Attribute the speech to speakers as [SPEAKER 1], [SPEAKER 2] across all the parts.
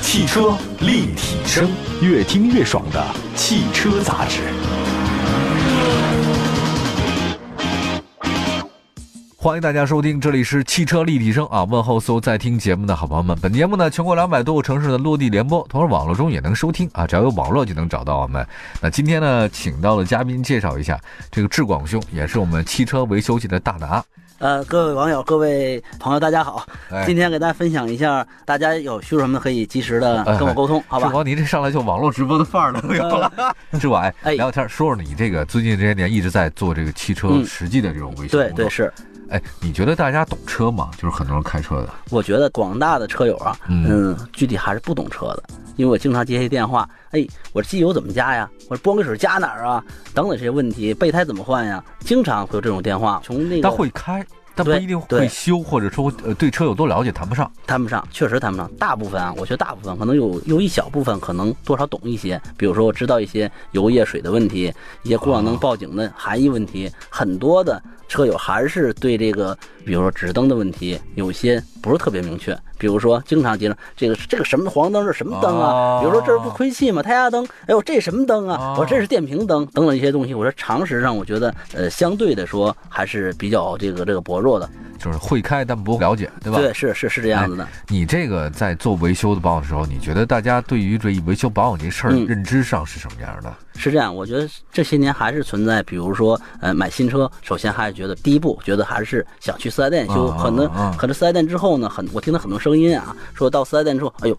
[SPEAKER 1] 汽车立体声，越听越爽的汽车杂志。
[SPEAKER 2] 欢迎大家收听，这里是汽车立体声啊！问候所有在听节目的好朋友们。本节目呢，全国两百多个城市的落地联播，同时网络中也能收听啊，只要有网络就能找到我们。那今天呢，请到了嘉宾介绍一下，这个志广兄也是我们汽车维修界的大拿。
[SPEAKER 3] 呃，各位网友、各位朋友，大家好！
[SPEAKER 2] 哎
[SPEAKER 3] 今天给大家分享一下，大家有需求什么可以及时的
[SPEAKER 2] 哎
[SPEAKER 3] 跟我沟通，好
[SPEAKER 2] 志
[SPEAKER 3] 吧？
[SPEAKER 2] 广，你这上来就网络直播的范儿都有了。志广，哎，
[SPEAKER 3] 哎
[SPEAKER 2] 聊聊天，说说你这个最近这些年一直在做这个汽车
[SPEAKER 3] 嗯
[SPEAKER 2] 实际的这种维修工作、
[SPEAKER 3] 对嗯对是，
[SPEAKER 2] 哎，你觉得大家懂车吗？就是很多人开车的，
[SPEAKER 3] 我觉得广大的车友啊，
[SPEAKER 2] 嗯
[SPEAKER 3] 嗯，具体还是不懂车的，因为我经常接一些电话，哎，我机油怎么加呀？我这玻璃水加哪儿啊？等等这些问题，备胎怎么换呀？经常会有这种电话，从那个
[SPEAKER 2] 但会开，但不
[SPEAKER 3] 对
[SPEAKER 2] 一定
[SPEAKER 3] 对
[SPEAKER 2] 会修，或者说呃对车有多了解谈不上。
[SPEAKER 3] 谈不上，确实谈不上。大部分啊，我觉得大部分可能有有一小部分可能多少懂一些，比如说我知道一些油液水的问题，一些故障灯报警的含义问题，很多的车友还是对这个，比如说指灯的问题，有些不是特别明确。比如说，经常接着这个这个什么黄灯是什么灯
[SPEAKER 2] 哦
[SPEAKER 3] 啊？比如说这是不亏气吗？胎压灯？哎呦，这什么灯
[SPEAKER 2] 哦
[SPEAKER 3] 啊？我这是电瓶灯等等一些东西。我说常识上，我觉得呃，相对的说还是比较这个这个薄弱的。
[SPEAKER 2] 就是会开但不了解，对吧？哎
[SPEAKER 3] 对，是是是这样子的。
[SPEAKER 2] 你这个在做维修的保养的时候，你觉得大家对于这一维修保养这事儿
[SPEAKER 3] 嗯啊
[SPEAKER 2] 认知上是什么样的？
[SPEAKER 3] 是这样，我觉得这些年还是存在，比如说，呃，买新车，首先还是觉得第一步，觉得还是想去四 S 店修
[SPEAKER 2] 啊，
[SPEAKER 3] 可能
[SPEAKER 2] 啊
[SPEAKER 3] 可能四 S 店之后呢，很我听到很多声音啊，说到四 S 店之后，哎呦，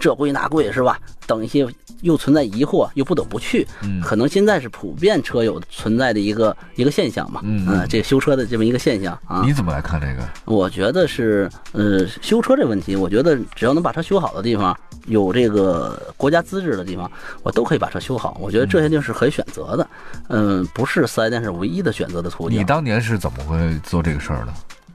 [SPEAKER 3] 这贵那贵是吧？等一些又存在疑惑，又不得不去，
[SPEAKER 2] 嗯
[SPEAKER 3] 可能现在是普遍车友存在的一个一个现象嘛，
[SPEAKER 2] 嗯
[SPEAKER 3] 呃这个修车的这么一个现象啊，
[SPEAKER 2] 你怎么来看这个？
[SPEAKER 3] 我觉得是，呃，修车这问题，我觉得只要能把车修好的地方，有这个国家资质的地方，我都可以把车修好。我觉得这些地方是可以选择的，嗯、不是四 S 店是唯一的选择的途
[SPEAKER 2] 你
[SPEAKER 3] 径。
[SPEAKER 2] 当年是怎么会做这个事儿的？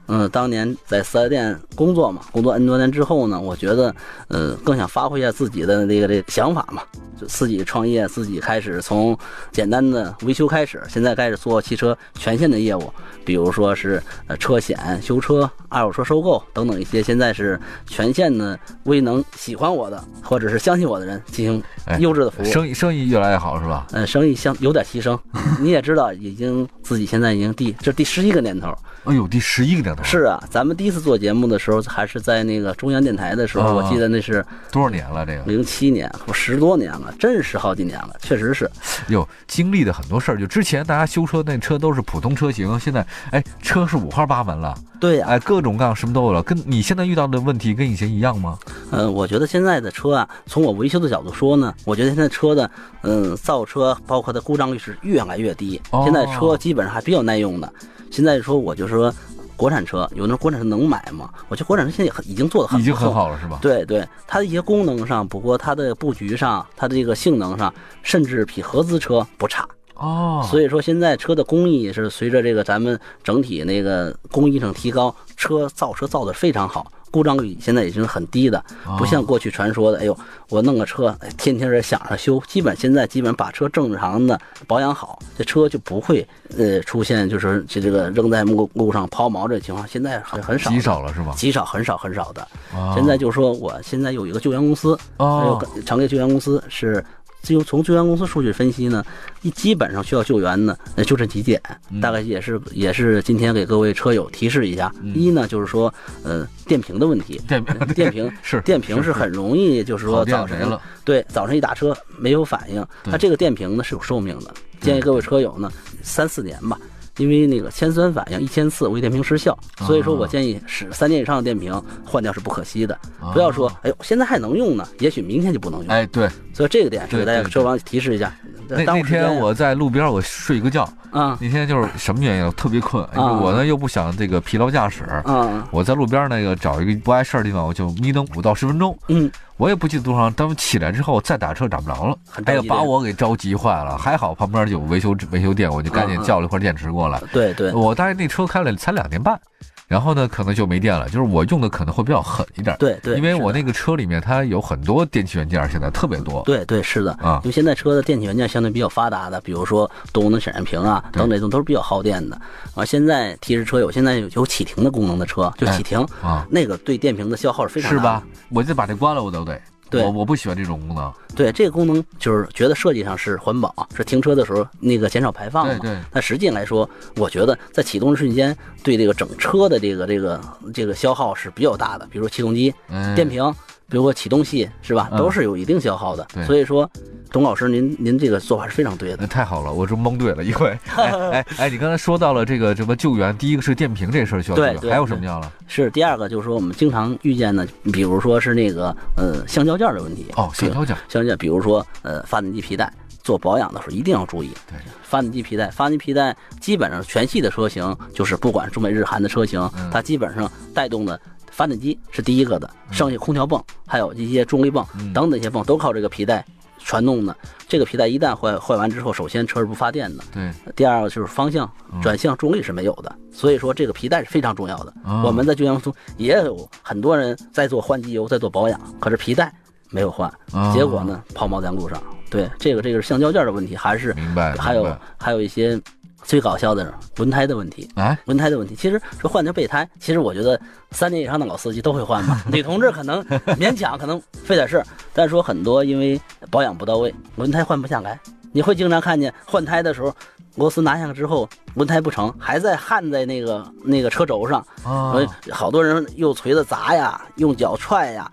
[SPEAKER 3] 嗯、当年在四 S 店工作嘛，工作 N 多年之后呢，我觉得，呃，更想发挥一下自己的这个这个想法嘛，就自己创业，自己开始从简单的维修开始，现在开始做汽车全线的业务，比如说是呃车险、修车、二手车收购等等一些，现在是全线的为能喜欢我的或者是相信我的人进
[SPEAKER 2] 哎
[SPEAKER 3] 行优质的服务。
[SPEAKER 2] 生意生意越来越好是吧？
[SPEAKER 3] 嗯，生意相有点提升，你也知道，已经自己现在已经第这第十一个年头，
[SPEAKER 2] 哎呦，第十一个年头
[SPEAKER 3] 是啊，咱们第一次做节目的时候，还是在那个中央电台的时候，
[SPEAKER 2] 啊
[SPEAKER 3] 我记得那是
[SPEAKER 2] 多少年了？这个
[SPEAKER 3] 零七年，我十多年了，真是好几年了，确实是。
[SPEAKER 2] 哟，哎经历的很多事儿，就之前大家修车那车都是普通车型，现在哎车是五花八门了，
[SPEAKER 3] 对呀、
[SPEAKER 2] 哎各种各样什么都有了，跟你现在遇到的问题跟以前一样吗？
[SPEAKER 3] 嗯、我觉得现在的车啊，从我维修的角度说呢，我觉得现在车的，嗯、造车包括它故障率是越来越低，
[SPEAKER 2] 哦
[SPEAKER 3] 现在车基本上还比较耐用的。现在说，我就说国产车，有那国产车能买吗？我觉得国产车现在也很已经做的很
[SPEAKER 2] 已经
[SPEAKER 3] 不错
[SPEAKER 2] 很好了是吧？
[SPEAKER 3] 对对，它的一些功能上，不过它的布局上，它的这个性能上，甚至比合资车不差。
[SPEAKER 2] 哦，
[SPEAKER 3] 所以说，现在车的工艺也是随着这个咱们整体那个工艺上提高，车造车造的非常好，故障率现在已经是很低的，
[SPEAKER 2] 啊
[SPEAKER 3] 不像过去传说的，哎呦，我弄个车，哎天天是想着修，基本现在基本把车正常的保养好，这车就不会呃出现就是这这个扔在路路上抛锚这情况，现在很很少，
[SPEAKER 2] 极少了是吧？
[SPEAKER 3] 极少很少很少的。
[SPEAKER 2] 哦
[SPEAKER 3] 现在就说我现在有一个救援公司，还有
[SPEAKER 2] 哦，
[SPEAKER 3] 个常给救援公司是。就从救援公司数据分析呢，一基本上需要救援呢，呃，就这几点，
[SPEAKER 2] 嗯
[SPEAKER 3] 大概也是也是今天给各位车友提示一下。一呢就是说，呃，电瓶的问题，
[SPEAKER 2] 嗯电瓶
[SPEAKER 3] 呃电瓶
[SPEAKER 2] 是
[SPEAKER 3] 电瓶是很容易就是
[SPEAKER 2] 好
[SPEAKER 3] 说
[SPEAKER 2] 电
[SPEAKER 3] 早晨
[SPEAKER 2] 没了
[SPEAKER 3] 对早晨一打车没有反应，它这个电瓶呢是有寿命的，
[SPEAKER 2] 嗯
[SPEAKER 3] 建议各位车友呢三四年吧。因为那个铅酸反应一千次为电瓶失效，
[SPEAKER 2] 哦
[SPEAKER 3] 所以说我建议使三年以上的电瓶换掉是不可惜的，不要说哎呦现在还能用呢，也许明天就不能用。
[SPEAKER 2] 啊哎对，
[SPEAKER 3] 所以这个点是给大家车王提示一下。
[SPEAKER 2] 那
[SPEAKER 3] 耽
[SPEAKER 2] 那
[SPEAKER 3] 误时间啊呀
[SPEAKER 2] 天我在路边儿我睡个觉，
[SPEAKER 3] 啊
[SPEAKER 2] 那天就是什么原因啊，我特别困，哎
[SPEAKER 3] 啊
[SPEAKER 2] 我呢又不想这个疲劳驾驶，
[SPEAKER 3] 啊
[SPEAKER 2] 我在路边儿那个找一个不碍事儿的地方，我就眯瞪五到十分钟，
[SPEAKER 3] 嗯，
[SPEAKER 2] 我也不记得多长，但我起来之后再打车打不着了，
[SPEAKER 3] 很着
[SPEAKER 2] 哎
[SPEAKER 3] 急
[SPEAKER 2] 呀
[SPEAKER 3] 的
[SPEAKER 2] 把我给着急坏了，还好旁边有维修维修店，我就赶紧
[SPEAKER 3] 嗯嗯
[SPEAKER 2] 叫了一块电池过来，
[SPEAKER 3] 对对
[SPEAKER 2] 我大概那车开了才两年半，然后呢可能就没电了，就是我用的可能会比较狠一点儿，
[SPEAKER 3] 对对，
[SPEAKER 2] 因为
[SPEAKER 3] 是
[SPEAKER 2] 我
[SPEAKER 3] 的
[SPEAKER 2] 那个车里面它有很多电器元件儿，现在特别多，
[SPEAKER 3] 对对是的
[SPEAKER 2] 啊
[SPEAKER 3] 因为现在车的电器元件相对比较发达的，比如说动能显示屏啊
[SPEAKER 2] 对
[SPEAKER 3] 等等，这种都是比较耗电的。啊，现在提示车友现在有有启停的功能的车，就
[SPEAKER 2] 哎
[SPEAKER 3] 启停
[SPEAKER 2] 啊
[SPEAKER 3] 那个对电瓶的消耗是非常大
[SPEAKER 2] 是
[SPEAKER 3] 的
[SPEAKER 2] 吧？？我就把这关了，我都得。
[SPEAKER 3] 对
[SPEAKER 2] 我我不喜欢这种功能。
[SPEAKER 3] 对这个功能，就是觉得设计上是环保，是停车的时候那个减少排放
[SPEAKER 2] 对
[SPEAKER 3] 嘛。
[SPEAKER 2] 对，
[SPEAKER 3] 但实际来说，我觉得在启动的瞬间，对这个整车的这个这个这个消耗是比较大的。比如说起动机、
[SPEAKER 2] 嗯，
[SPEAKER 3] 电瓶，比如说启动器，是吧？
[SPEAKER 2] 嗯
[SPEAKER 3] 都是有一定消耗的。
[SPEAKER 2] 对嗯
[SPEAKER 3] 所以说，董老师，您您这个做法是非常对
[SPEAKER 2] 那
[SPEAKER 3] 的。
[SPEAKER 2] 太好了，我这蒙对了，因 为哎哎哎，你刚才说到了这个什么救援，第一个是电瓶这事儿需要救
[SPEAKER 3] 对
[SPEAKER 2] 援，
[SPEAKER 3] 对
[SPEAKER 2] 还有什么样了？
[SPEAKER 3] 是第二个，就是说我们经常遇见的，比如说是那个呃橡胶件儿的问题。
[SPEAKER 2] 哦，橡胶件，
[SPEAKER 3] 像这，比如说，呃，发动机皮带做保养的时候一定要注意。
[SPEAKER 2] 对，
[SPEAKER 3] 发动机皮带，发动机皮带基本上全系的车型，就是不管中美日韩的车型，
[SPEAKER 2] 嗯
[SPEAKER 3] 它基本上带动的发动机是第一个的，剩下空调泵，还有一些重力泵
[SPEAKER 2] 嗯
[SPEAKER 3] 等等一些泵都靠这个皮带。传动的这个皮带一旦坏坏完之后，首先车是不发电的，
[SPEAKER 2] 对，
[SPEAKER 3] 第二个就是方向
[SPEAKER 2] 嗯
[SPEAKER 3] 转向重力是没有的，所以说这个皮带是非常重要的。
[SPEAKER 2] 啊
[SPEAKER 3] 我们在救援中也有很多人在做换机油，在做保养，可是皮带没有换，
[SPEAKER 2] 啊
[SPEAKER 3] 结果呢抛锚在路上。对，这个这个是橡胶件的问题，还是
[SPEAKER 2] 明白，
[SPEAKER 3] 还
[SPEAKER 2] 明
[SPEAKER 3] 有
[SPEAKER 2] 白
[SPEAKER 3] 还有一些最搞笑的是轮胎的问题。
[SPEAKER 2] 哎，
[SPEAKER 3] 轮胎的问题，其实说换成备胎，其实我觉得三年以上的老司机都会换吧。女同志可能勉强，可能费点事儿，但是说很多因为保养不到位，轮胎换不下来。你会经常看见换胎的时候，螺丝拿下来之后，轮胎不成，还在焊在那个那个车轴上，
[SPEAKER 2] 啊
[SPEAKER 3] 所，以好多人用锤子砸呀，用脚踹呀，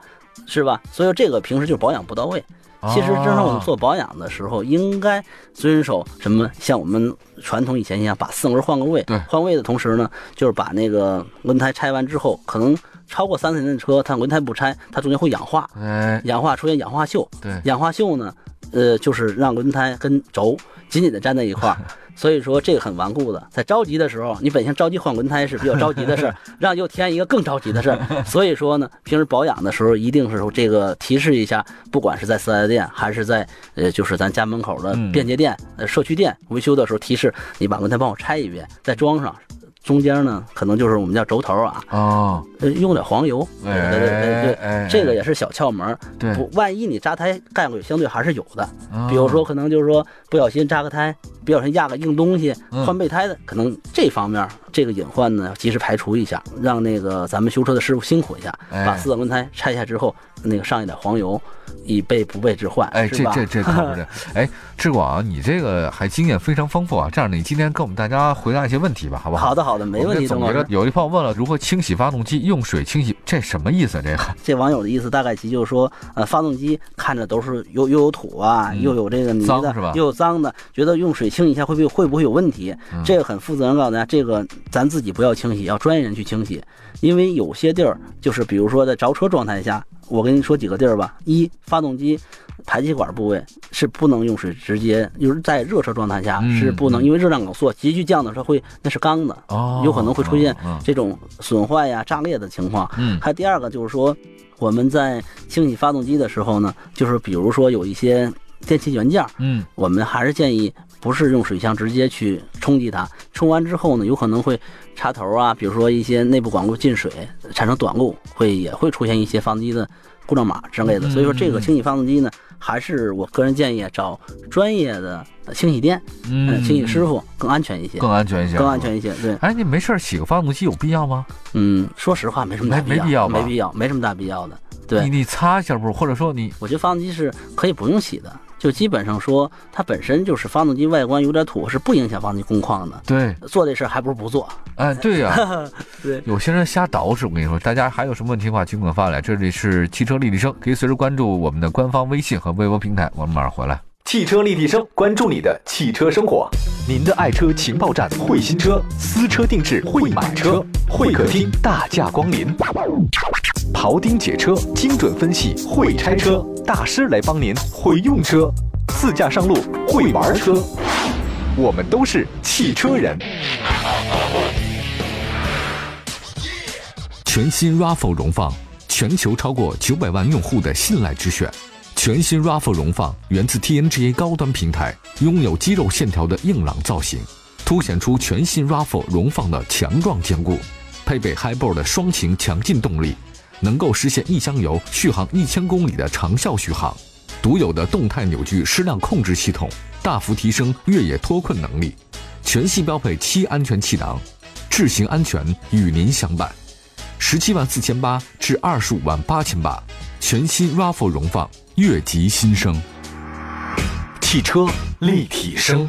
[SPEAKER 3] 是吧？所以这个平时就保养不到位。
[SPEAKER 2] 啊
[SPEAKER 3] 其实，正常我们做保养的时候，应该遵守什么？像我们传统以前一样，把四轮换个位
[SPEAKER 2] 对。
[SPEAKER 3] 换位的同时呢，就是把那个轮胎拆完之后，可能超过三四年的车，它轮胎不拆，它中间会氧化，
[SPEAKER 2] 啊，哎，
[SPEAKER 3] 氧化出现氧化锈。
[SPEAKER 2] 对，
[SPEAKER 3] 氧化锈呢，呃，就是让轮胎跟轴紧紧的粘在一 块儿，所以说这个很顽固的。在着急的时候，你本身着急换轮胎是比较着急的 事儿，让又添一个更着急的事儿。所以说呢，平时保养的时候一定是说这个提示一下，不管是在四 S 店还是在呃，就是咱家门口的
[SPEAKER 2] 嗯
[SPEAKER 3] 便捷店、呃社区店维修的时候，提示你把轮胎帮我拆一遍，再装上。中间呢，可能就是我们叫轴头啊，
[SPEAKER 2] 哦，
[SPEAKER 3] 呃用点黄油，对
[SPEAKER 2] 哎
[SPEAKER 3] 对对对
[SPEAKER 2] 哎
[SPEAKER 3] 对，这个也是小窍门儿。
[SPEAKER 2] 对，
[SPEAKER 3] 不，万一你扎胎概率相对还是有的。
[SPEAKER 2] 啊
[SPEAKER 3] 比如说，可能就是说不小心扎个胎，不小心压个硬东西，
[SPEAKER 2] 嗯
[SPEAKER 3] 换备胎的，可能这方面这个隐患呢，及时排除一下，让那个咱们修车的师傅辛苦一下，
[SPEAKER 2] 哎
[SPEAKER 3] 把四个轮胎拆下之后，那个上一点黄油，以备不备之患，
[SPEAKER 2] 哎，
[SPEAKER 3] 是
[SPEAKER 2] 这
[SPEAKER 3] 吧？
[SPEAKER 2] 这这可 不是。哎，志广，你这个还经验非常丰富啊。这样，你今天跟我们大家回答一些问题吧，好不好？
[SPEAKER 3] 好的好的，没问题，
[SPEAKER 2] 我
[SPEAKER 3] 董
[SPEAKER 2] 们
[SPEAKER 3] 老
[SPEAKER 2] 总结
[SPEAKER 3] 师
[SPEAKER 2] 着。有一朋友问了如何清洗发动机，用水清洗，这什么意思啊？这个
[SPEAKER 3] 这网友的意思大概其就是说，呃，发动机看着都是又又有土啊，
[SPEAKER 2] 嗯
[SPEAKER 3] 又有这个泥
[SPEAKER 2] 脏
[SPEAKER 3] 的
[SPEAKER 2] 是吧，
[SPEAKER 3] 又有脏的，觉得用水清洗一下会不会会不会有问题？
[SPEAKER 2] 嗯
[SPEAKER 3] 这个很负责任告诉大家，这个咱自己不要清洗，要专业人去清洗，因为有些地儿就是比如说在着车状态下，我跟你说几个地儿吧，一发动机。排气管部位是不能用水直接，就是在热车状态下
[SPEAKER 2] 嗯
[SPEAKER 3] 是不能，因为热胀冷缩急剧降的时候会，那是钢的，
[SPEAKER 2] 哦，
[SPEAKER 3] 有可能会出现
[SPEAKER 2] 嗯
[SPEAKER 3] 这种损坏呀、炸裂的情况。
[SPEAKER 2] 嗯
[SPEAKER 3] 还有第二个就是说，我们在清洗发动机的时候呢，就是比如说有一些电器元件儿，
[SPEAKER 2] 嗯
[SPEAKER 3] 我们还是建议不是用水枪直接去冲击它，冲完之后呢，有可能会插头啊，比如说一些内部管路进水产生短路，会也会出现一些发动机的故障码之类的。
[SPEAKER 2] 嗯
[SPEAKER 3] 所以说这个清洗发动机呢，还是我个人建议找专业的清洗店、呃
[SPEAKER 2] 嗯，
[SPEAKER 3] 清洗师傅更安全一些，
[SPEAKER 2] 更安全一些，
[SPEAKER 3] 更安。全一些。对，
[SPEAKER 2] 哎，你没事儿洗个发动机有必要吗？
[SPEAKER 3] 嗯，说实话没什么大
[SPEAKER 2] 没没必要吧
[SPEAKER 3] 没必要，没什么大必要的。对，
[SPEAKER 2] 你你擦一下不是？或者说你
[SPEAKER 3] 我觉得发动机是可以不用洗的，就基本上说它本身就是发动机外观有点土是不影响发动机工况的。
[SPEAKER 2] 对，
[SPEAKER 3] 做这事儿还不如不做。
[SPEAKER 2] 哎，对呀、
[SPEAKER 3] 对
[SPEAKER 2] 有些人瞎捯饬，我跟你说，大家还有什么问题的话，尽管发来。这里是汽车立体声，可以随时关注我们的官方微信和微博平台。我们马上回来。
[SPEAKER 1] 汽车立体声，关注你的汽车生活。您的爱车情报站，会新车，私车定制，会买车，会客厅大驾光临，庖丁解车，精准分析，会拆车，大师来帮您，会用车，自驾上路，会玩车，我们都是汽车人。
[SPEAKER 4] 全新 RAV4 荣放，全球超过九百万用户的信赖之选。全新 RAV4 荣放源自 TNGA 高端平台，拥有肌肉线条的硬朗造型，凸显出全新 RAV4 荣放的强壮坚固。配备 Hybrid 的双擎强劲动力，能够实现一箱油续航一千公里的长效续航。独有的动态扭矩矢量控制系统，大幅提升越野脱困能力。全系标配七安全气囊，智行安全与您相伴。十七万四千八至二十五万八千八，全新 RAV4 荣放，越级新生。
[SPEAKER 1] 汽车立体声，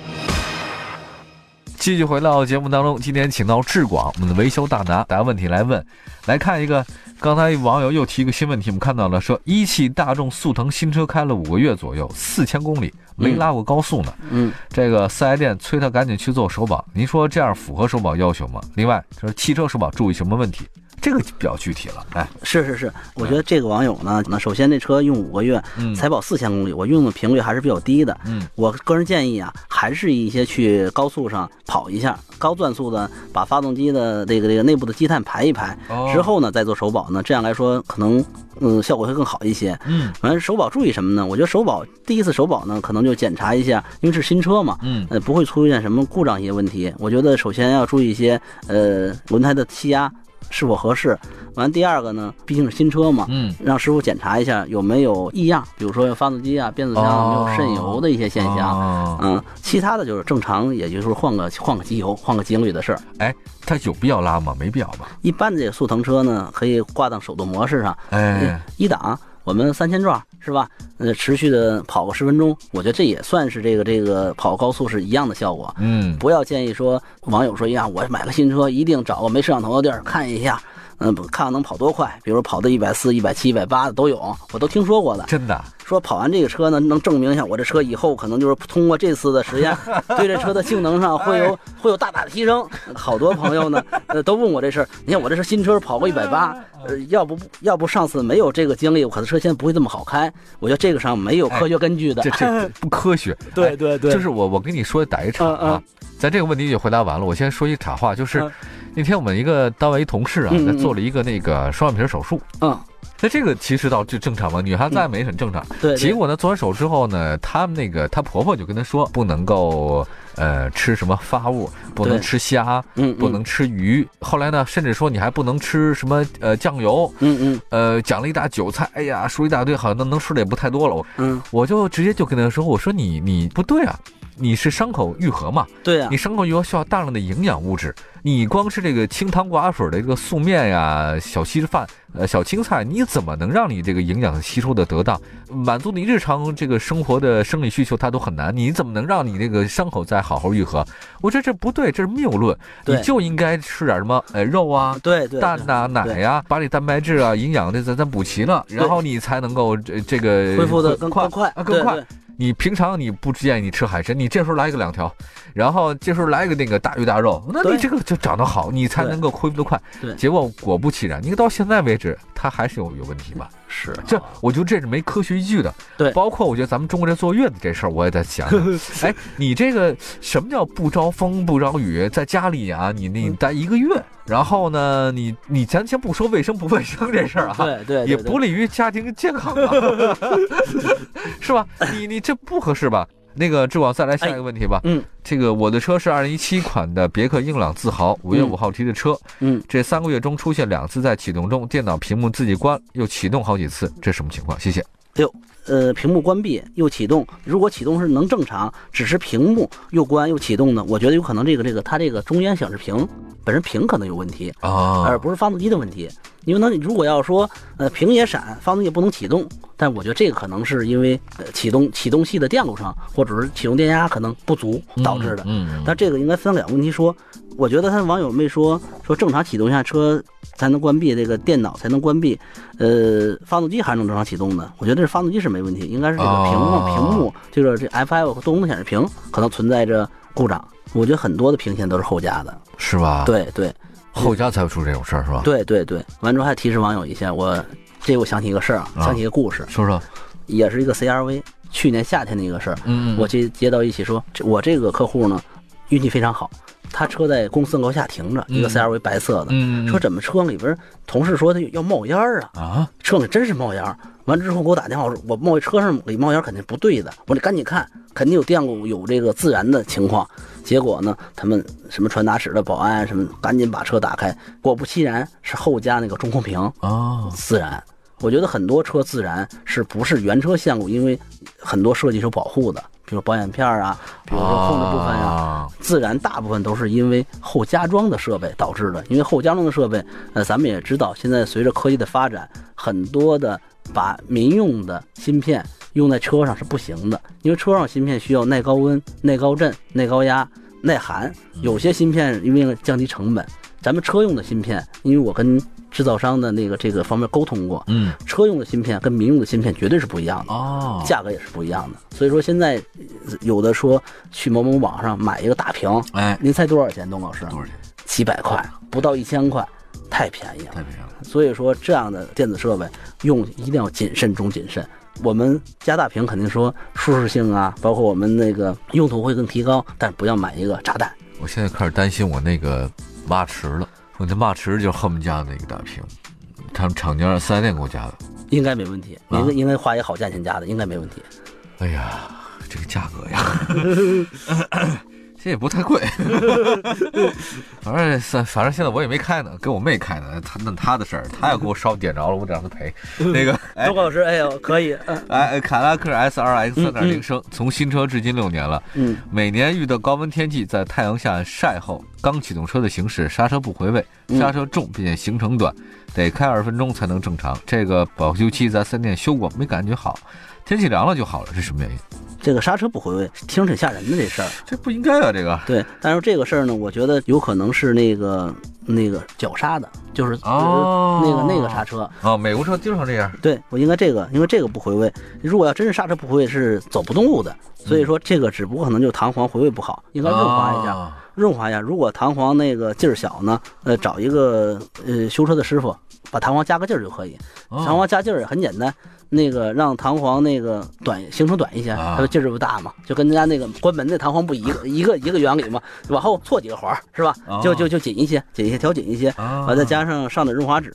[SPEAKER 2] 继续回到节目当中，今天请到志广，我们的维修大拿，答问题来问，来看一个，刚才网友又提一个新问题，我们看到了，说一汽大众速腾新车开了五个月左右，四千公里没拉过高速呢，
[SPEAKER 3] 嗯，
[SPEAKER 2] 这个四 S 店催他赶紧去做首保，您说这样符合首保要求吗？另外，这是汽车首保注意什么问题？这个比较具体了，哎，
[SPEAKER 3] 是是是，我觉得这个网友呢，那首先这车用五个月
[SPEAKER 2] 嗯
[SPEAKER 3] 才跑四千公里，我用的频率还是比较低的。
[SPEAKER 2] 嗯，
[SPEAKER 3] 我个人建议啊，还是一些去高速上跑一下，高转速的把发动机的这个这个内部的积碳排一排，
[SPEAKER 2] 哦
[SPEAKER 3] 之后呢再做首保呢，这样来说可能嗯效果会更好一些。
[SPEAKER 2] 嗯
[SPEAKER 3] 反正首保注意什么呢？我觉得首保第一次首保呢，可能就检查一下，因为是新车嘛，
[SPEAKER 2] 嗯
[SPEAKER 3] 呃，不会出现什么故障一些问题。我觉得首先要注意一些，呃，轮胎的气压是否合适。完，第二个呢，毕竟是新车嘛，
[SPEAKER 2] 嗯，
[SPEAKER 3] 让师傅检查一下有没有异样，比如说发动机啊、变速箱有没有渗油的一些现象。
[SPEAKER 2] 哦
[SPEAKER 3] 嗯，其他的就是正常，也就是换个换个机油、换个机油里的事儿。
[SPEAKER 2] 哎，它有必要拉吗？没必要吧？
[SPEAKER 3] 一般的这个速腾车呢，可以挂到手动模式上，
[SPEAKER 2] 哎，
[SPEAKER 3] 一档我们三千转是吧？呃，持续的跑个十分钟，我觉得这也算是这个这个跑高速是一样的效果。
[SPEAKER 2] 嗯，
[SPEAKER 3] 不要建议说网友说呀，我买个新车一定找个没摄像头的地儿看一下，嗯，看看能跑多快，比如跑到一百四、一百七、一百八的都有，我都听说过的。
[SPEAKER 2] 真的，啊
[SPEAKER 3] 说跑完这个车呢，能证明一下我这车以后可能就是通过这次的实验，对这车的性能上会
[SPEAKER 2] 哎
[SPEAKER 3] 有会有大大的提升。好多朋友呢，呃，都问我这事儿。你看我这是新车跑过一百八，呃，要不要不上次没有这个经历，我可能车现在不会这么好开。我觉得这个上没有科学根据的。
[SPEAKER 2] 哎这 这不科学。哎
[SPEAKER 5] 对对对，
[SPEAKER 2] 就是我我跟你说打一岔
[SPEAKER 5] 嗯
[SPEAKER 2] 啊，咱这个问题也回答完了，我先说一岔话，就是
[SPEAKER 5] 嗯
[SPEAKER 2] 那天我们一个单位一同事啊
[SPEAKER 3] 嗯嗯，
[SPEAKER 2] 他
[SPEAKER 3] 嗯
[SPEAKER 2] 做了一个那个双眼皮手术。
[SPEAKER 3] 嗯，
[SPEAKER 2] 那这个其实倒就正常嘛，女孩子爱美很正常。
[SPEAKER 3] 对
[SPEAKER 2] 结
[SPEAKER 3] 对
[SPEAKER 2] 果呢，做完手之后呢，他们那个她婆婆就跟她说，不能够呃吃什么发物，不能
[SPEAKER 3] 对
[SPEAKER 2] 吃虾，
[SPEAKER 3] 嗯，
[SPEAKER 2] 不能吃鱼。后来呢，甚至说你还不能吃什么呃酱油，
[SPEAKER 3] 嗯嗯
[SPEAKER 2] 呃讲了一大韭菜，哎呀说一大堆，好像能能说的也不太多了。我
[SPEAKER 3] 嗯，
[SPEAKER 2] 我就直接就跟他说，我说你你不对啊，你是伤口愈合嘛，
[SPEAKER 3] 对啊
[SPEAKER 2] 你，伤口愈合需要大量的营养物质，你光是这个清汤寡水的这个素面呀、小稀饭、呃小青菜，你怎么能让你这个营养吸收的得当，满足你日常这个生活的生理需求，它都很难，你怎么能让你这个伤口再好好愈合？我说这不对，这是谬论，你
[SPEAKER 3] 对
[SPEAKER 2] 就应该吃点什么，呃肉啊。
[SPEAKER 3] 对对
[SPEAKER 2] 蛋
[SPEAKER 3] 对
[SPEAKER 2] 呐、奶
[SPEAKER 3] 对
[SPEAKER 2] 呀、把你蛋白质啊、营养的咱咱补齐了，然后你才能够这这个
[SPEAKER 3] 恢复的更
[SPEAKER 2] 快
[SPEAKER 3] 更快
[SPEAKER 2] 啊，更
[SPEAKER 3] 对
[SPEAKER 2] 快。
[SPEAKER 3] 对
[SPEAKER 2] 你平常你不建议你吃海参，你这时候来一个两条，然后这时候来一个那个大鱼大肉，那你
[SPEAKER 3] 对
[SPEAKER 2] 这个就长得好，你才
[SPEAKER 3] 对
[SPEAKER 2] 能够恢复得快。
[SPEAKER 3] 对
[SPEAKER 2] 结果果不其然，你到现在为止，它还是有有问题吧？
[SPEAKER 3] 是
[SPEAKER 2] 这我觉得这是没科学依据的。
[SPEAKER 3] 对
[SPEAKER 2] 包括我觉得咱们中国这坐月子这事儿，我也在 想想。哎，你这个什么叫不招风不招雨？在家里啊，你你
[SPEAKER 3] 嗯
[SPEAKER 2] 待一个月，然后呢，你你咱先不说卫生不卫生这事儿啊，
[SPEAKER 3] 对对，对
[SPEAKER 2] 也
[SPEAKER 3] 对
[SPEAKER 2] 不利于家庭健康 啊， 是吧？你你这不合适吧？那个志广，再来下一个问题吧。
[SPEAKER 3] 嗯
[SPEAKER 2] 这个我的车是二零一七款的别克英朗自豪，五月五号提的车。
[SPEAKER 3] 嗯，
[SPEAKER 2] 这三个月中出现两次在启动中，电脑屏幕自己关又启动好几次，这什么情况？谢谢。
[SPEAKER 3] 呃，屏幕关闭又启动，如果启动是能正常，只是屏幕又关又启动呢，我觉得有可能这个这个它这个中间显示屏本身屏可能有问题，
[SPEAKER 2] 啊
[SPEAKER 3] 而不是发动机的问题。因为呢，如果要说呃屏也闪，发动机也不能启动，但我觉得这个可能是因为呃启动启动器的电路上或者是启动电压可能不足导致的。
[SPEAKER 2] 嗯，嗯
[SPEAKER 3] 但这个应该分两个问题说。我觉得他网友没说说正常启动下车才能关闭，这个电脑才能关闭，呃，发动机还能正常启动的。我觉得这发动机是没问题，应该是这个屏幕、
[SPEAKER 2] 哦
[SPEAKER 3] 屏幕这个这 F5 和动能显示屏可能存在着故障。我觉得很多的屏现在都是后加的，
[SPEAKER 2] 嗯是吧？，
[SPEAKER 3] 对对
[SPEAKER 2] 后家才会出这种事儿，是吧？，
[SPEAKER 3] 对对对。完之后还提示网友一下，我这我想起一个事儿啊，
[SPEAKER 2] 啊
[SPEAKER 3] 想起一个故事，
[SPEAKER 2] 说说，
[SPEAKER 3] 也是一个 CRV，去年夏天的一个事儿。
[SPEAKER 2] 嗯，嗯
[SPEAKER 3] 我接接到一起说，这我这个客户呢，运气非常好，他车在公司楼下停着，一个
[SPEAKER 2] 嗯
[SPEAKER 3] CRV 白色的，
[SPEAKER 2] 嗯嗯嗯
[SPEAKER 3] 说怎么车里边同事说他要冒烟儿啊，
[SPEAKER 2] 啊，
[SPEAKER 3] 车里真是冒烟儿。完之后给我打电话，我说我冒车上里冒烟儿肯定不对的，我得赶紧看，肯定有电路有这个自燃的情况。结果呢，他们什么传达室的保安什么，赶紧把车打开，果不其然是后加那个中控屏
[SPEAKER 2] 哦，
[SPEAKER 3] 自燃。我觉得很多车自燃是不是原车线路，因为很多设计是有保护的，比如保险片儿啊，比如说控制部分呀、
[SPEAKER 2] 啊，
[SPEAKER 3] 自燃大部分都是因为后加装的设备导致的，因为后加装的设备，呃，咱们也知道，现在随着科技的发展，很多的把民用的芯片用在车上是不行的，因为车上芯片需要耐高温、耐高震、耐高压、耐寒，有些芯片因为降低成本，咱们车用的芯片，因为我跟制造商的那个这个方面沟通过，
[SPEAKER 2] 嗯，
[SPEAKER 3] 车用的芯片跟民用的芯片绝对是不一样的。
[SPEAKER 2] 哦，
[SPEAKER 3] 价格也是不一样的。所以说现在呃有的说去某某网上买一个大屏，
[SPEAKER 2] 哎，
[SPEAKER 3] 您猜多少钱？董老师，
[SPEAKER 2] 多少钱？
[SPEAKER 3] 几百块，不到一千块，太便宜了。
[SPEAKER 2] 太便宜了，
[SPEAKER 3] 所以说这样的电子设备用一定要谨慎中谨慎。我们加大屏肯定说舒适性啊，包括我们那个用途会更提高，但是不要买一个炸弹。
[SPEAKER 2] 我现在开始担心我那个马驰了，我那马驰就是他们家那个大屏，他们厂家四 S 店给我加的，
[SPEAKER 3] 应该没问题，
[SPEAKER 2] 啊
[SPEAKER 3] 应该应该花一个好价钱加的，应该没问题。
[SPEAKER 2] 哎呀，这个价格呀， 这也不太贵， 反正反反正现在我也没开呢，跟我妹开呢，她那她的事儿，她要给我烧点着了，我得让她赔。那个，哎
[SPEAKER 3] 董老师，哎呦，可以，嗯
[SPEAKER 2] 哎，凯迪拉克 S R X 三
[SPEAKER 3] 嗯
[SPEAKER 2] 点
[SPEAKER 3] 嗯
[SPEAKER 2] 零升，从新车至今六年了，
[SPEAKER 3] 嗯，
[SPEAKER 2] 每年遇到高温天气，在太阳下晒后，刚启动车的行驶，刹车不回位，刹车重并且行程短，得开二十分钟才能正常。这个保修期咱三店修过，没感觉好，天气凉了就好了，这什么原因？
[SPEAKER 3] 这个刹车不回位，听着挺吓人的这事儿。
[SPEAKER 2] 这不应该啊，这个。
[SPEAKER 3] 对，但是这个事儿呢，我觉得有可能是那个那个绞刹的，就是、呃
[SPEAKER 2] 哦
[SPEAKER 3] 那个那个刹车。
[SPEAKER 2] 啊，美国车经常这样。
[SPEAKER 3] 对我应该这个，因为这个不回位，如果要真是刹车不回位是走不动路的，所以说这个只不过可能就是弹簧回位不好，应该润滑一下，
[SPEAKER 2] 啊
[SPEAKER 3] 润滑一下。如果弹簧那个劲儿小呢，呃，找一个呃修车的师傅把弹簧加个劲儿就可以，
[SPEAKER 2] 哦
[SPEAKER 3] 弹簧加劲儿也很简单。那个让弹簧那个短行程短一些，
[SPEAKER 2] 啊
[SPEAKER 3] 它的劲儿就大嘛，就跟人家那个关门的弹簧不一个一个一个原理嘛，往后错几个环儿是吧
[SPEAKER 2] 哦？
[SPEAKER 3] 就就就紧一些，紧一些，调紧一些，
[SPEAKER 2] 啊
[SPEAKER 3] 完再加上上点润滑脂，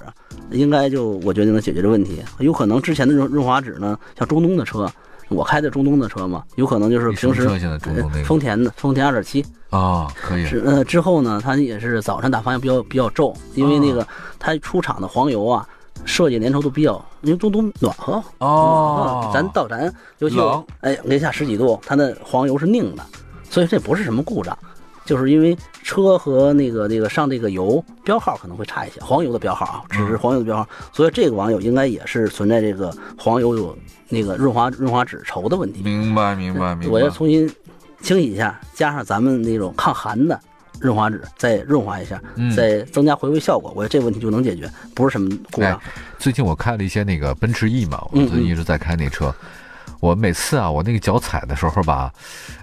[SPEAKER 3] 应该就我觉得能解决这问题。有可能之前的润润滑脂呢，像中东的车，我开的中东的车嘛，有可能就是
[SPEAKER 2] 你什么
[SPEAKER 3] 平时
[SPEAKER 2] 车现在中东那
[SPEAKER 3] 呃
[SPEAKER 2] 个
[SPEAKER 3] 丰田的丰田二点七，
[SPEAKER 2] 啊，可以
[SPEAKER 3] 是呃之后呢，它也是早上打方向比较比较皱，因为那个
[SPEAKER 2] 哦
[SPEAKER 3] 它出厂的黄油啊，设计粘稠度比较，因为中东暖和。
[SPEAKER 2] 哦
[SPEAKER 3] 嗯，咱到咱尤其
[SPEAKER 2] 冷
[SPEAKER 3] 哎零下十几度，它的黄油是拧的，所以这不是什么故障，就是因为车和那个那个上这个油标号可能会差一些，黄油的标号啊，只
[SPEAKER 2] 嗯
[SPEAKER 3] 是黄油的标号，所以这个网友应该也是存在这个黄油有那个润滑润滑脂稠的问题。
[SPEAKER 2] 明白明白明白。
[SPEAKER 3] 我要重新清洗一下，加上咱们那种抗寒的润滑脂，再润滑一下，
[SPEAKER 2] 嗯哎
[SPEAKER 3] 再增加回味效果，我觉得这问题就能解决，不是什么故障。
[SPEAKER 2] 最近我开了一些那个奔驰 E 嘛，我
[SPEAKER 3] 嗯嗯
[SPEAKER 2] 最近一直在开那车。我每次啊，我那个脚踩的时候吧，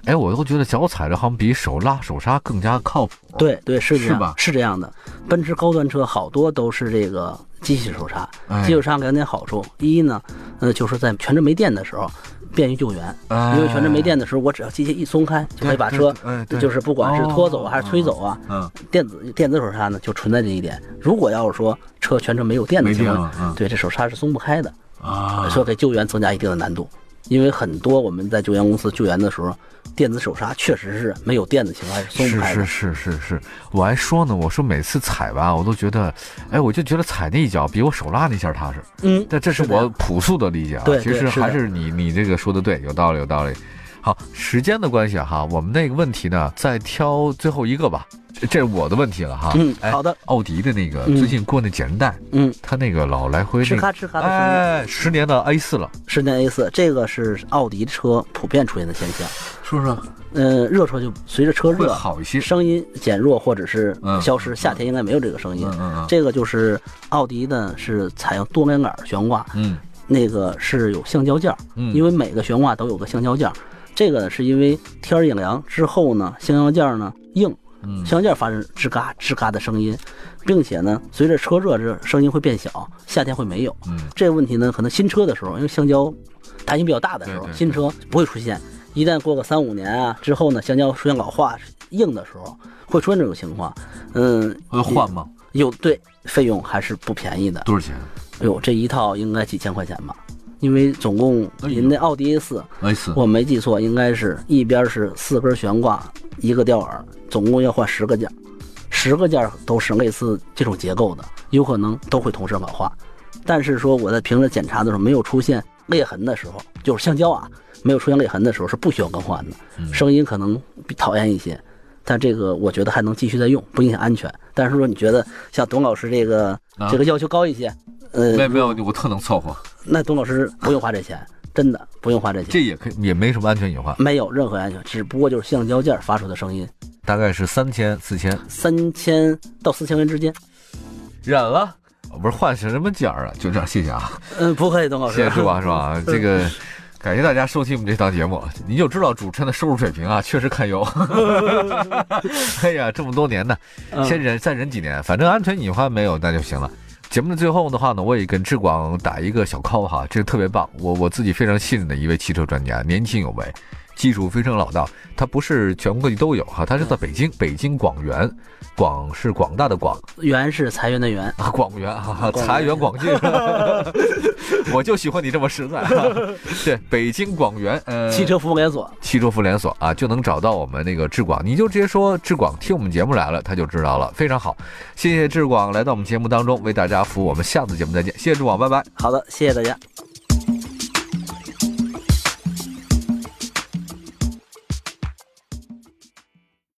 [SPEAKER 2] 哎，我都觉得脚踩着好像比手拉手刹更加靠谱。
[SPEAKER 3] 对对是这
[SPEAKER 2] 啊是吧
[SPEAKER 3] 样，是这样的。奔驰高端车好多都是这个机器手刹，
[SPEAKER 2] 哎
[SPEAKER 3] 机器手刹两点好处，一呢，呃，就是在全车没电的时候便于救援，
[SPEAKER 2] 哎
[SPEAKER 3] 因为全车没电的时候，我只要机器一松开就可以把
[SPEAKER 2] 对
[SPEAKER 3] 车
[SPEAKER 2] 对哎对，哦
[SPEAKER 3] 就是不管是拖走啊还是推走啊，
[SPEAKER 2] 嗯，
[SPEAKER 3] 电子电子手刹呢就存在这一点。如果要是说车全程没有电的
[SPEAKER 2] 没
[SPEAKER 3] 情
[SPEAKER 2] 电
[SPEAKER 3] 况
[SPEAKER 2] 了，嗯
[SPEAKER 3] 对这手刹是松不开的，
[SPEAKER 2] 啊，
[SPEAKER 3] 说给救援增加一定的难度，因为很多我们在救援公司救援的时候，电子手刹确实是没有电的情况下是松
[SPEAKER 2] 是
[SPEAKER 3] 不开的。
[SPEAKER 2] 是是是是，我还说呢，我说每次踩吧，我都觉得，哎，我就觉得踩那一脚比我手拉那一下踏实。
[SPEAKER 3] 嗯，
[SPEAKER 2] 但这是
[SPEAKER 3] 是的
[SPEAKER 2] 我朴素的理解啊，
[SPEAKER 3] 对
[SPEAKER 2] 其实
[SPEAKER 3] 对是的
[SPEAKER 2] 还是你你这个说的对，有道理有道理。好，时间的关系哈，我们那个问题呢，再挑最后一个吧，这这是我的问题了哈。
[SPEAKER 3] 嗯
[SPEAKER 2] 哎
[SPEAKER 3] 好的。
[SPEAKER 2] 奥迪的那个
[SPEAKER 3] 嗯
[SPEAKER 2] 最近过那减震带，
[SPEAKER 3] 嗯，
[SPEAKER 2] 它那个老来回
[SPEAKER 3] 哧
[SPEAKER 2] 那
[SPEAKER 3] 咔
[SPEAKER 2] 个，
[SPEAKER 3] 哧咔的声音。
[SPEAKER 2] 哎，十年的 A 四了，
[SPEAKER 3] 十年 A 四，这个是奥迪车普遍出现的现象。
[SPEAKER 2] 说说
[SPEAKER 3] 呃，热车就随着车
[SPEAKER 2] 会
[SPEAKER 3] 热，
[SPEAKER 2] 好一些。
[SPEAKER 3] 声音减弱或者是
[SPEAKER 2] 嗯
[SPEAKER 3] 消失。夏天应该没有这个声音
[SPEAKER 2] 嗯。嗯嗯
[SPEAKER 3] 这个就是奥迪呢，是采用多连杆悬挂，
[SPEAKER 2] 嗯
[SPEAKER 3] 那个是有橡胶件儿，
[SPEAKER 2] 嗯，
[SPEAKER 3] 因
[SPEAKER 2] 为
[SPEAKER 3] 为每个悬挂都有个橡胶件儿。这个是因为天儿一凉之后呢，橡胶件儿呢硬，
[SPEAKER 2] 嗯
[SPEAKER 3] 橡胶件儿发生吱嘎吱嘎的声音，并且呢，随着车热，这声音会变小，夏天会没有。
[SPEAKER 2] 嗯
[SPEAKER 3] 这个问题呢，可能新车的时候，因为橡胶弹性比较大的时
[SPEAKER 2] 对
[SPEAKER 3] 候，
[SPEAKER 2] 对对
[SPEAKER 3] 新车不会出现。一旦过个三五年啊之后呢，橡胶出现老化硬的时候，会出现这种情况。嗯，
[SPEAKER 2] 会换吗？
[SPEAKER 3] 有对费用还是不便宜的。
[SPEAKER 2] 多少钱
[SPEAKER 3] 哎呦，这一套应该几千块钱吧？因为总共
[SPEAKER 2] 啊
[SPEAKER 3] 您那奥迪 A 四，
[SPEAKER 2] ？A 四
[SPEAKER 3] 我没记错，应该是一边是四根悬挂，一个吊耳，总共要换十个件儿，十个件儿都是类似这种结构的，有可能都会同时老化。但是说我在平时检查的时候没有出现裂痕的时候，就是橡胶啊，没有出现裂痕的时候是不需要更换的，
[SPEAKER 2] 嗯
[SPEAKER 3] 声音可能比讨厌一些，但这个我觉得还能继续再用，不影响安全。但是说你觉得像董老师这个
[SPEAKER 2] 啊
[SPEAKER 3] 这个要求高一些，呃
[SPEAKER 2] 没，有没有，我特能凑合，
[SPEAKER 3] 那董老师不用花这钱，真的不用花这钱，
[SPEAKER 2] 这也可以也没什么安全隐患，
[SPEAKER 3] 没有任何安全，只不过就是橡胶件儿发出的声音，
[SPEAKER 2] 大概是三千四千，
[SPEAKER 3] 三千到四千元之间。
[SPEAKER 2] 染了。不是换成什么件儿啊？就这样，谢谢啊，
[SPEAKER 3] 嗯，不会，董老师，
[SPEAKER 2] 谢谢是吧？是吧？这个感谢大家收听我们这档节目，您就知道主持人的收入水平啊，确实 堪忧。哎呀，这么多年呢，
[SPEAKER 3] 嗯
[SPEAKER 2] 先忍再忍几年，反正安全隐患没有那就行了。节目的最后的话呢，我也跟志广打一个小 call 哈，这个特别棒，我我自己非常信任的一位汽车专家，年轻有为，技术非常老道。他不是全国各地都有哈，他是
[SPEAKER 3] 嗯
[SPEAKER 2] 在北京，北京广元，广是广大的广，
[SPEAKER 3] 圆是裁员的员，
[SPEAKER 2] 啊，广元啊，
[SPEAKER 3] 广元
[SPEAKER 2] 财源 广进， 我就喜欢你这么实在、 对，北京广元，呃，
[SPEAKER 3] 汽车服务连锁，
[SPEAKER 2] 汽车服联所啊，就能找到我们那个志广，你就直接说志广听我们节目来了，他就知道了，非常好。谢谢志广来到我们节目当中为大家服务，我们下次节目再见，谢谢志广，拜拜。
[SPEAKER 3] 好的，谢谢大家。